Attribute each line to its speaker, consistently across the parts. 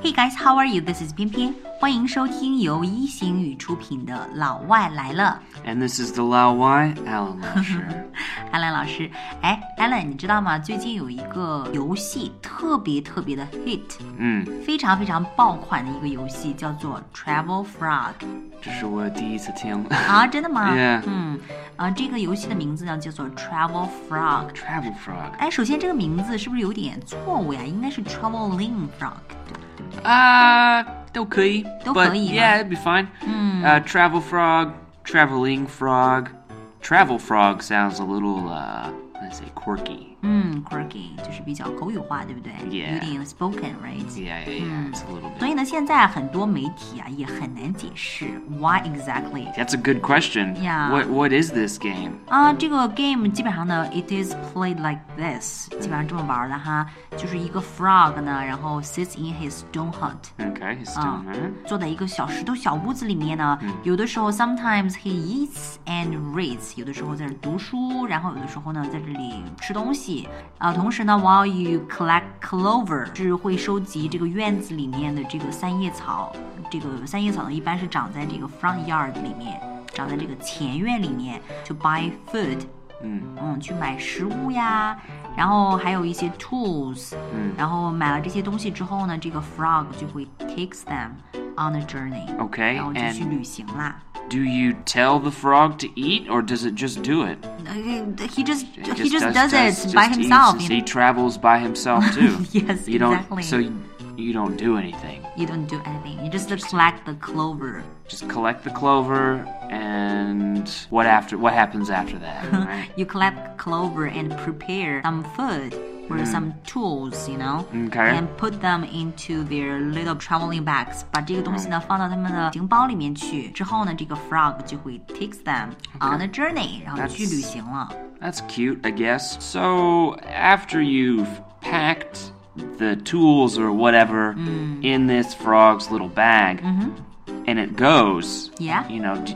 Speaker 1: Hey guys, how are you? This is 偏偏，欢迎收听由一行语出品的《老外来了
Speaker 2: And this is the Lao Y Alan 老 师。》。
Speaker 1: Allen 老师，哎，Allen，你知道吗？最近有一个游戏特别特别的 hit，
Speaker 2: 嗯，
Speaker 1: 非常非常爆款的一个游戏，叫做 Travel Frog
Speaker 2: 这是我第一次听。
Speaker 1: 啊，真的吗
Speaker 2: Yeah
Speaker 1: 嗯，啊，这个游戏的名字呢叫做 Travel Frog。
Speaker 2: Travel Frog
Speaker 1: 哎，首先这个名字是不是有点错误呀？应该是 Traveling Frog，对吧
Speaker 2: 啊、Uh, 都可以，
Speaker 1: 都
Speaker 2: but
Speaker 1: 可以吗 Hmm.
Speaker 2: Yeah, it'd be fine. 嗯，呃、t r a v e l Frog, Traveling Frog, Travel Frog sounds a little, uh, let's say quirky.
Speaker 1: 嗯，quirky 就是比较口语化，对不对
Speaker 2: Yeah
Speaker 1: 有点 spoken，right？
Speaker 2: Yeah, yeah, yeah, it's a little
Speaker 1: 所
Speaker 2: bit.
Speaker 1: 以呢，现在很多媒体啊也很难解释 why exactly
Speaker 2: That's a good question.
Speaker 1: Yeah.
Speaker 2: What What is this game?
Speaker 1: 啊，这个 game 基本上呢，it is played like this，基本上这么玩儿的哈，就是一个 frog 呢，然后 sits in his stone hut。
Speaker 2: Okay, he's down there.
Speaker 1: 坐在一个小石头小屋子里面呢，有的时候 sometimes he eats and reads，有的时候在这读书，然后有的时候呢在这里吃东西啊、同时呢，while you collect clover，是会收集这个院子里面的这个三叶草。这个三叶草呢，一般是长在这个 front yard 里面，长在这个前院里面，to buy food。
Speaker 2: 嗯
Speaker 1: 嗯，去买食物呀，然后还有一些 tools，
Speaker 2: 嗯
Speaker 1: 然后买了这些东西之后呢，这个 frog 就会 takes them on a journey，、
Speaker 2: Okay,
Speaker 1: 然后就去
Speaker 2: and
Speaker 1: 旅行啦。
Speaker 2: do you tell the frog to eat, or does it just do it?
Speaker 1: 呃 He just he
Speaker 2: He
Speaker 1: just does
Speaker 2: does- does-
Speaker 1: it by
Speaker 2: just eats.
Speaker 1: himself.
Speaker 2: He travels by himself too.
Speaker 1: Yes,
Speaker 2: you don't,
Speaker 1: exactly.
Speaker 2: So you, you don't do anything.
Speaker 1: You don't do anything. You just collect the clover.
Speaker 2: Just collect the clover, and what after? What happens after that? right?
Speaker 1: You collect clover and prepare some food or some tools, you know,
Speaker 2: Okay.
Speaker 1: and put them into their little traveling bags. 把这个东西呢放到他们的行包里面去，之后呢，这个 frog 就会 takes them on a journey，然后去旅行了。
Speaker 2: That's cute, I guess. So after you've packed the tools or whatever
Speaker 1: Mm.
Speaker 2: in this frog's little bag, and it goes.
Speaker 1: Mm-hmm. Yeah.
Speaker 2: You know. Do,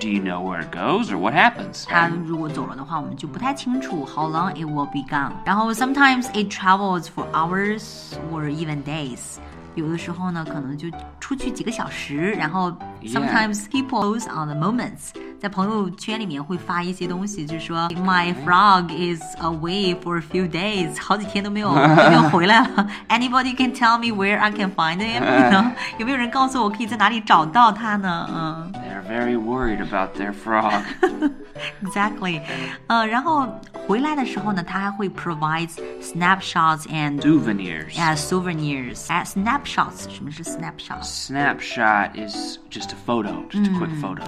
Speaker 2: do you know where it goes or what happens?
Speaker 1: 它如果走了的话，我们就不太清楚 how long it will be gone。然后 sometimes it travels for hours or even days。有的时候呢，可能就出去几个小时，然后
Speaker 2: Yeah.
Speaker 1: sometimes people post on the moments，在朋友圈里面会发一些东西，就说 my frog is away for a few days，好几天都没有都没有回来了。Anybody can tell me where I can find him？You know？有没有人告诉我可以在哪里找到他呢？嗯。
Speaker 2: They're very worried about their frog.
Speaker 1: Exactly，呃，然后回来的时候呢，他还会 provide snapshots and
Speaker 2: Souvenirs.
Speaker 1: yeah souvenirs。哎，snapshots，什么是 snapshots？Quick
Speaker 2: Snapshot is just a photo, just a quick
Speaker 1: Hmm.
Speaker 2: photo.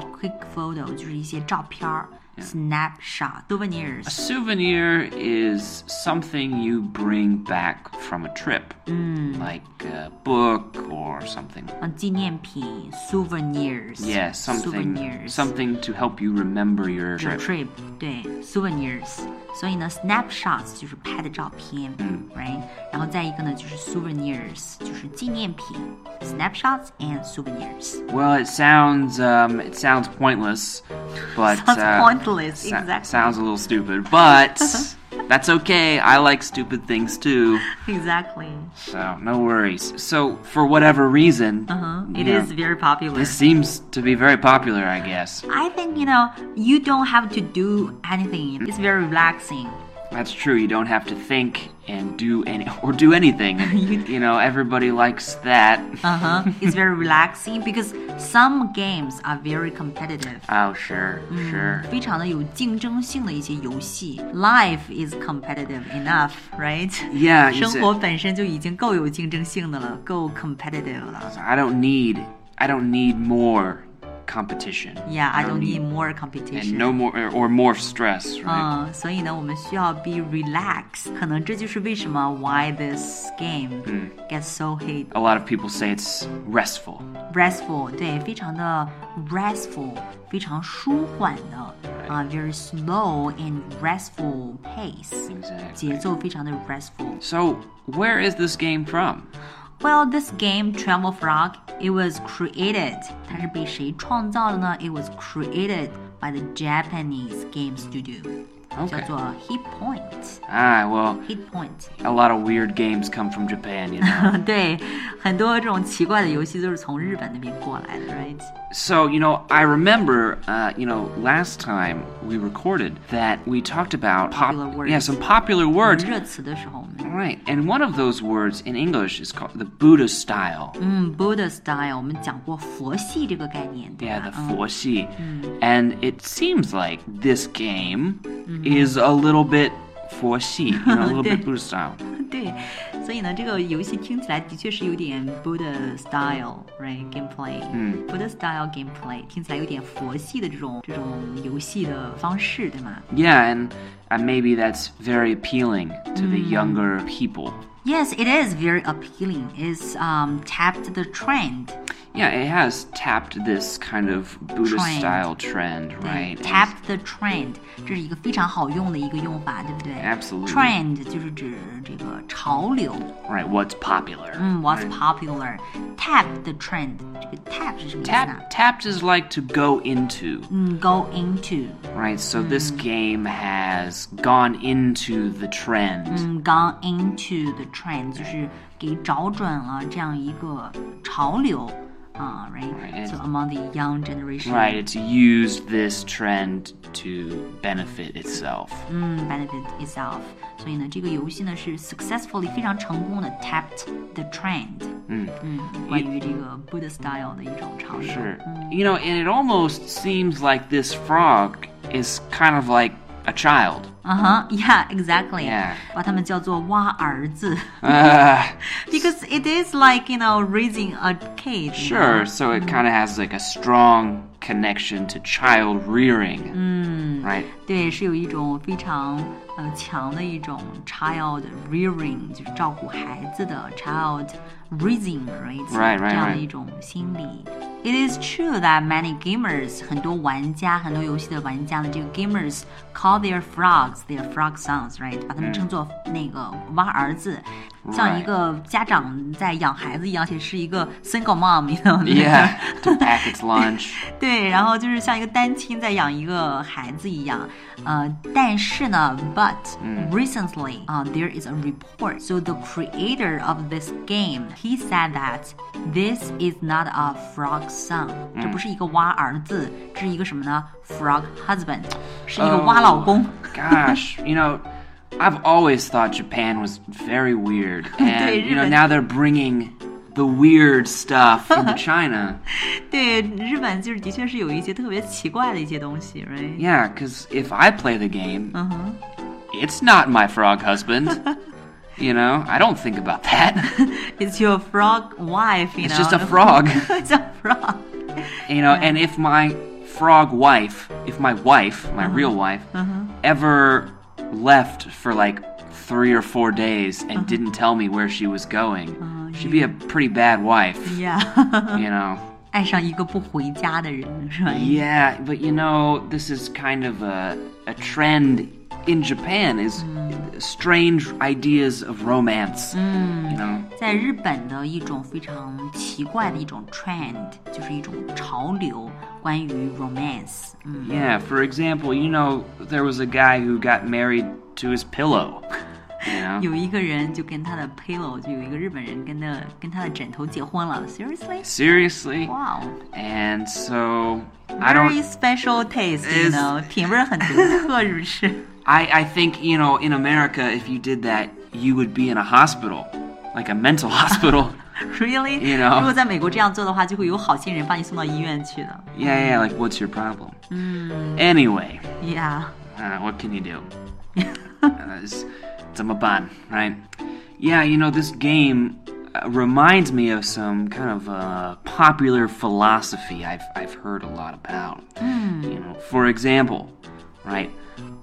Speaker 1: photo 就是一些照片儿。Snapshot souvenirs，
Speaker 2: Souvenir is something you bring back from a trip,
Speaker 1: Hmm.
Speaker 2: like a book or something.
Speaker 1: 嗯，纪念品 souvenirs。
Speaker 2: Yeah, something
Speaker 1: souvenirs。
Speaker 2: something to help you remember your
Speaker 1: Your
Speaker 2: trip.
Speaker 1: trip 对 souvenirs，所以呢 snapshots 就是拍的照片，嗯，right，然后再一个呢就是 souvenirs 就是纪念品 snapshots and souvenirs。
Speaker 2: Well, it sounds um, it sounds pointless, but
Speaker 1: Sounds
Speaker 2: uh,
Speaker 1: pointless,
Speaker 2: so-
Speaker 1: exactly.
Speaker 2: Sounds a little stupid, but that's okay. I like stupid things too,
Speaker 1: Exactly.
Speaker 2: so no worries. So for whatever reason,
Speaker 1: Uh-huh. It
Speaker 2: you know,
Speaker 1: is very popular.
Speaker 2: This seems to be very popular, I guess.
Speaker 1: I think, you know, you don't have to do anything. It's very relaxing.
Speaker 2: That's true. You don't have to think and do any or do anything. And, you know, everybody likes that.
Speaker 1: Uh-huh. it's very relaxing because some games are very competitive.
Speaker 2: Oh, sure, sure.
Speaker 1: 非常的有竞争性的一些游戏，life is competitive enough, right?
Speaker 2: Yeah, you
Speaker 1: 生
Speaker 2: said-
Speaker 1: 活本身就已经够有竞争性的了，够 competitive 了。
Speaker 2: I don't need I don't need more competition.
Speaker 1: Yeah, I don't need more competition.
Speaker 2: and no more or, or more stress, right?
Speaker 1: 嗯，所以呢，我们需要 be relaxed。可能这就是为什么 why this game
Speaker 2: Hmm.
Speaker 1: gets so hate
Speaker 2: A lot of people say it's restful.
Speaker 1: restful，对，非常的 restful，非常舒缓的啊、v e r y slow and restful pace，节
Speaker 2: Exactly.
Speaker 1: 奏非常的 restful。
Speaker 2: So, where is this game from?
Speaker 1: Well, this game Travel Frog, it was created，它是被谁创造的呢？It was created by the Japanese game studio。叫
Speaker 2: Okay.
Speaker 1: 做 hit point。
Speaker 2: Ah, well,
Speaker 1: hit point。
Speaker 2: a lot of weird games come from Japan, you know.
Speaker 1: 对，很多这种奇怪的游戏都是从日本那边过来的，right？
Speaker 2: so, you know, I remember, uh, you know, last time we recorded that we talked about
Speaker 1: Popular words. Mm-hmm.
Speaker 2: Yeah, some popular
Speaker 1: 很
Speaker 2: words.
Speaker 1: 热词的时候，我们
Speaker 2: Right, and one of those words in English is called the Buddha style.
Speaker 1: 嗯，Buddha style，我们讲过佛系这个概念，对
Speaker 2: Yeah,
Speaker 1: 吧
Speaker 2: the？Forshi.
Speaker 1: Mm-hmm.
Speaker 2: And it seems like this game
Speaker 1: Mm-hmm.
Speaker 2: is a little bit Forshi, you know, a little bit Buddha style.
Speaker 1: 嗯对，所以呢，这个游戏听起来的确是有点 Buddha style，right gameplay，嗯，Buddha style gameplay 听起来有点佛系的这种这种游戏的方式，对吗？
Speaker 2: Yeah, and uh, maybe that's very appealing to the
Speaker 1: Mm-hmm.
Speaker 2: younger people.
Speaker 1: Yes, it is very appealing. It's um, tapped the trend.
Speaker 2: Yeah, it has tapped this kind of Buddha
Speaker 1: Trend.
Speaker 2: style trend, right? And-
Speaker 1: Tapped the trend，这是一个非常好用的一个用法，对不对
Speaker 2: Absolutely.
Speaker 1: Trend 就是指这个潮流。
Speaker 2: Right, what's popular?
Speaker 1: 嗯，What's popular? Tap the trend. 这个 tap 是什么意思啊呢
Speaker 2: Tap, tapped is like to go into,
Speaker 1: 嗯，go into.
Speaker 2: right? So this game has gone into the trend.
Speaker 1: 嗯，gone into the trend 就是给找准了这样一个潮流啊，right?
Speaker 2: Right,
Speaker 1: So among the young generation,
Speaker 2: Right, it's used this trend to benefit itself.
Speaker 1: 嗯，benefit itself. 所以呢，这个游戏呢是 successfully 非常成功的 tapped the trend. 嗯关于这个 Buddha style 的一种潮流。
Speaker 2: Sure. You know, and it almost seems like this frog is kind of like a child.
Speaker 1: 嗯哼，Yeah, exactly.
Speaker 2: Yeah.
Speaker 1: 把他们叫做挖儿 子
Speaker 2: Uh,
Speaker 1: ，because it is like you know raising a kid. you know?
Speaker 2: sure, so it kind of has like a strong connection to child rearing. Right?
Speaker 1: 对，是有一种非常呃强的一种 child rearing，就是照顾孩子的 child raising，right？
Speaker 2: Right, right,
Speaker 1: 这样的
Speaker 2: right.
Speaker 1: 一种心理。It is true that many gamers，很多玩家，很多游戏的玩家呢，这个 gamers call their frogs their frog sons，right？把他们称作那个蛙儿子，像一
Speaker 2: 嗯 Right.
Speaker 1: 个家长在养孩子一样，而且是一个 single mom，you know？
Speaker 2: Yeah, to pack its lunch.
Speaker 1: 对，然后就是像一个单亲在养一个孩子一样，呃，但是呢，but
Speaker 2: 嗯
Speaker 1: recently 啊、there is a report. So the creator of this game, he said that this is not a frog son，、这
Speaker 2: 嗯
Speaker 1: 不是一个蛙儿子，这是一个什么呢？Frog husband，是一个
Speaker 2: 哦
Speaker 1: 蛙老公。
Speaker 2: Gosh, you know, I've always thought Japan was very weird. And, you know,
Speaker 1: 对，日本-
Speaker 2: now they're bringing the weird stuff into China.
Speaker 1: 对，日本就是的确是有一些特别奇怪的一些东西，right？
Speaker 2: Yeah, because if I play the game, it's not my frog husband. you know, I don't think about that.
Speaker 1: It's your frog wife, you know.
Speaker 2: It's just a frog.
Speaker 1: It's a frog.
Speaker 2: You know, and if my frog wife, if my wife, my real wife, ever left for like three or four days and didn't tell me where she was going, she'd be a pretty bad wife,
Speaker 1: Yeah.
Speaker 2: you know.
Speaker 1: 爱上一个不回家的人，是吧
Speaker 2: Yeah, but you know, this is kind of a, a trend in Japan is strange ideas of romance. You know.
Speaker 1: 在日本的一种非常奇怪的一种 trend，就是一种潮流，关于 romance。嗯
Speaker 2: Yeah, for example, you know, there was a guy who got married to his pillow. You know?
Speaker 1: 有一个人就跟他的 pillow，就有一个日本人跟他跟他的枕头结婚了。Seriously?
Speaker 2: Seriously?
Speaker 1: Wow,
Speaker 2: And so I
Speaker 1: very
Speaker 2: don't
Speaker 1: special taste, you
Speaker 2: Is-
Speaker 1: know，品味很独特，是不是？
Speaker 2: I, I think, you know, in America if you did that, you would be in a hospital. Like a mental hospital.
Speaker 1: Really？
Speaker 2: You know
Speaker 1: 如果在美国这样做的话，就会有好心人把你送到医院去的。
Speaker 2: yeah, yeah, like what's your problem? Anyway,
Speaker 1: Yeah.
Speaker 2: uh, what can you do? uh, it's, it's a maban, right? Yeah, you know, this game uh, reminds me of some kind of uh, popular philosophy I've, I've heard a lot about. You know, for example, right?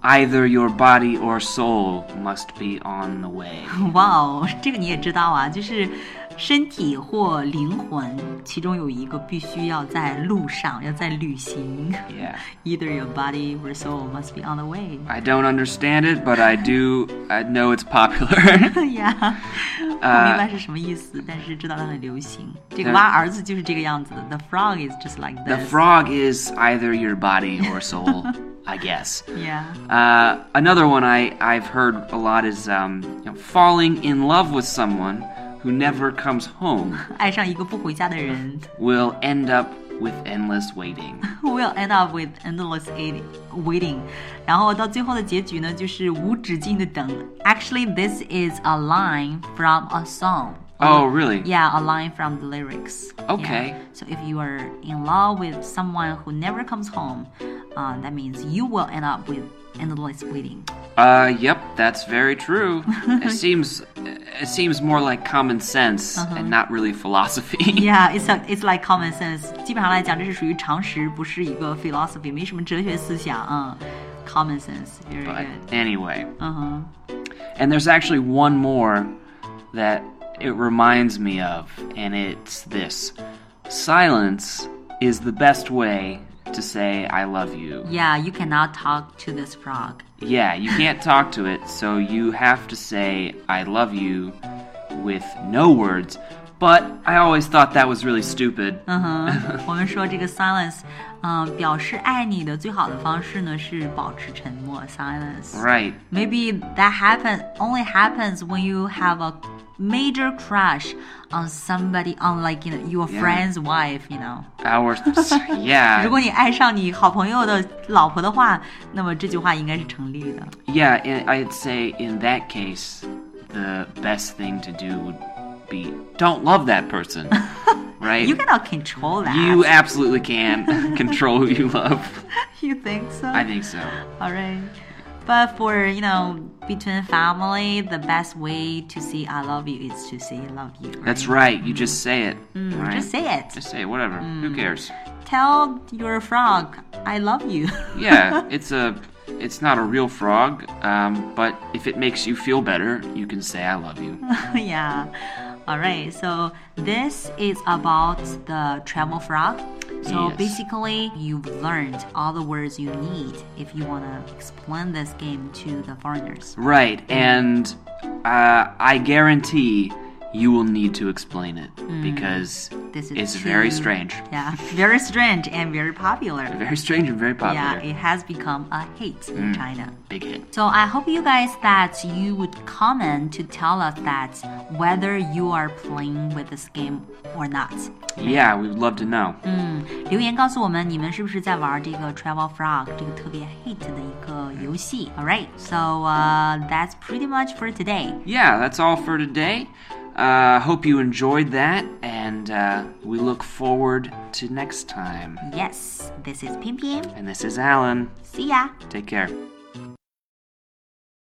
Speaker 2: Either your body or soul must be on the way.
Speaker 1: 哇哦，这个你也知道啊，就是身体或灵魂，其中有一个必须要在路上，要在旅行。
Speaker 2: Yeah.
Speaker 1: Either your body or soul must be on the way.
Speaker 2: I don't understand it, but I do. I know it's popular.
Speaker 1: 哎 呀，不明白是什么意思，但是知道它很流行。这个蛙儿子就是这个样子的。The frog is just like
Speaker 2: The
Speaker 1: this.
Speaker 2: frog is either your body or soul. I guess.
Speaker 1: Yeah.
Speaker 2: Uh, another one I, I've heard a lot is um, you know, falling in love with someone who never comes home
Speaker 1: 爱上一个不回家的人
Speaker 2: will end up with endless waiting.
Speaker 1: ，will end up with endless aid- waiting。然后到最后的结局呢，就是无止境的等。Actually, this is a line from a song.
Speaker 2: Oh, really?
Speaker 1: Yeah, a line from the lyrics.
Speaker 2: Okay.
Speaker 1: Yeah. So if you are in love with someone who never comes home, uh, that means you will end up with endless waiting.
Speaker 2: Uh, yep, that's very true. it seems it seems more like common sense and not really philosophy.
Speaker 1: Yeah, it's a, it's like common sense. 基本上来讲，这是属于常识，不是一个 philosophy，没什么哲学思想啊。Common sense, very
Speaker 2: but
Speaker 1: good.
Speaker 2: anyway,
Speaker 1: 嗯哼。
Speaker 2: and there's actually one more that it reminds me of, and it's this: silence is the best way to say I love you.
Speaker 1: Yeah, you cannot talk to this frog.
Speaker 2: Yeah, you can't talk to it, so you have to say I love you with no words. But I always thought that was really stupid.
Speaker 1: 嗯哼，我们说这个 silence，嗯、表示爱你的最好的方式呢是保持沉默 silence。
Speaker 2: Right.
Speaker 1: Maybe that happen only happens when you have a major crush on somebody, on like you know your
Speaker 2: Yeah.
Speaker 1: friend's wife, you know.
Speaker 2: Our yeah.
Speaker 1: 如果你爱上你好朋友的老婆的话，那么这句话应该是成立的。
Speaker 2: Yeah, and I'd say in that case, the best thing to do would be don't love that person, right?
Speaker 1: You cannot control that.
Speaker 2: You absolutely can control who you love.
Speaker 1: You think so?
Speaker 2: I think so.
Speaker 1: All right. But for, you know, between family, the best way to say I love you is to say I love you. Right?
Speaker 2: That's right. You just say it. right?
Speaker 1: Mm, Just Mm. say it.
Speaker 2: Just say it, whatever. Who cares?
Speaker 1: Tell your frog I love you.
Speaker 2: Yeah, it's a. It's not a real frog, um, but if it makes you feel better, you can say I love you.
Speaker 1: yeah. All right. So this is about the travel frog. So
Speaker 2: Yes.
Speaker 1: basically, you've learned all the words you need if you want to explain this game to the foreigners.
Speaker 2: Right, and uh, I guarantee you will need to explain it because
Speaker 1: Mm. This is
Speaker 2: it's
Speaker 1: too-
Speaker 2: very strange.
Speaker 1: Yeah, very strange and very popular.
Speaker 2: Very strange and very
Speaker 1: Yeah,
Speaker 2: popular. Mm.
Speaker 1: it has become a hit in China.
Speaker 2: Big hit.
Speaker 1: So I hope you guys that you would comment to tell us that whether you are playing with this game or not.
Speaker 2: Yeah, we'd love to know.
Speaker 1: Mm. 留言告诉我们你们是不是在玩这个 Travel Frog 这个特别 hit 的一个游戏。All right, so、uh, that's pretty much for today.
Speaker 2: Yeah, that's all for today. Uh, hope you enjoyed that, and uh, we look forward to next time.
Speaker 1: Yes, this is Pian Pian.
Speaker 2: And this is Alan.
Speaker 1: See ya.
Speaker 2: Take care.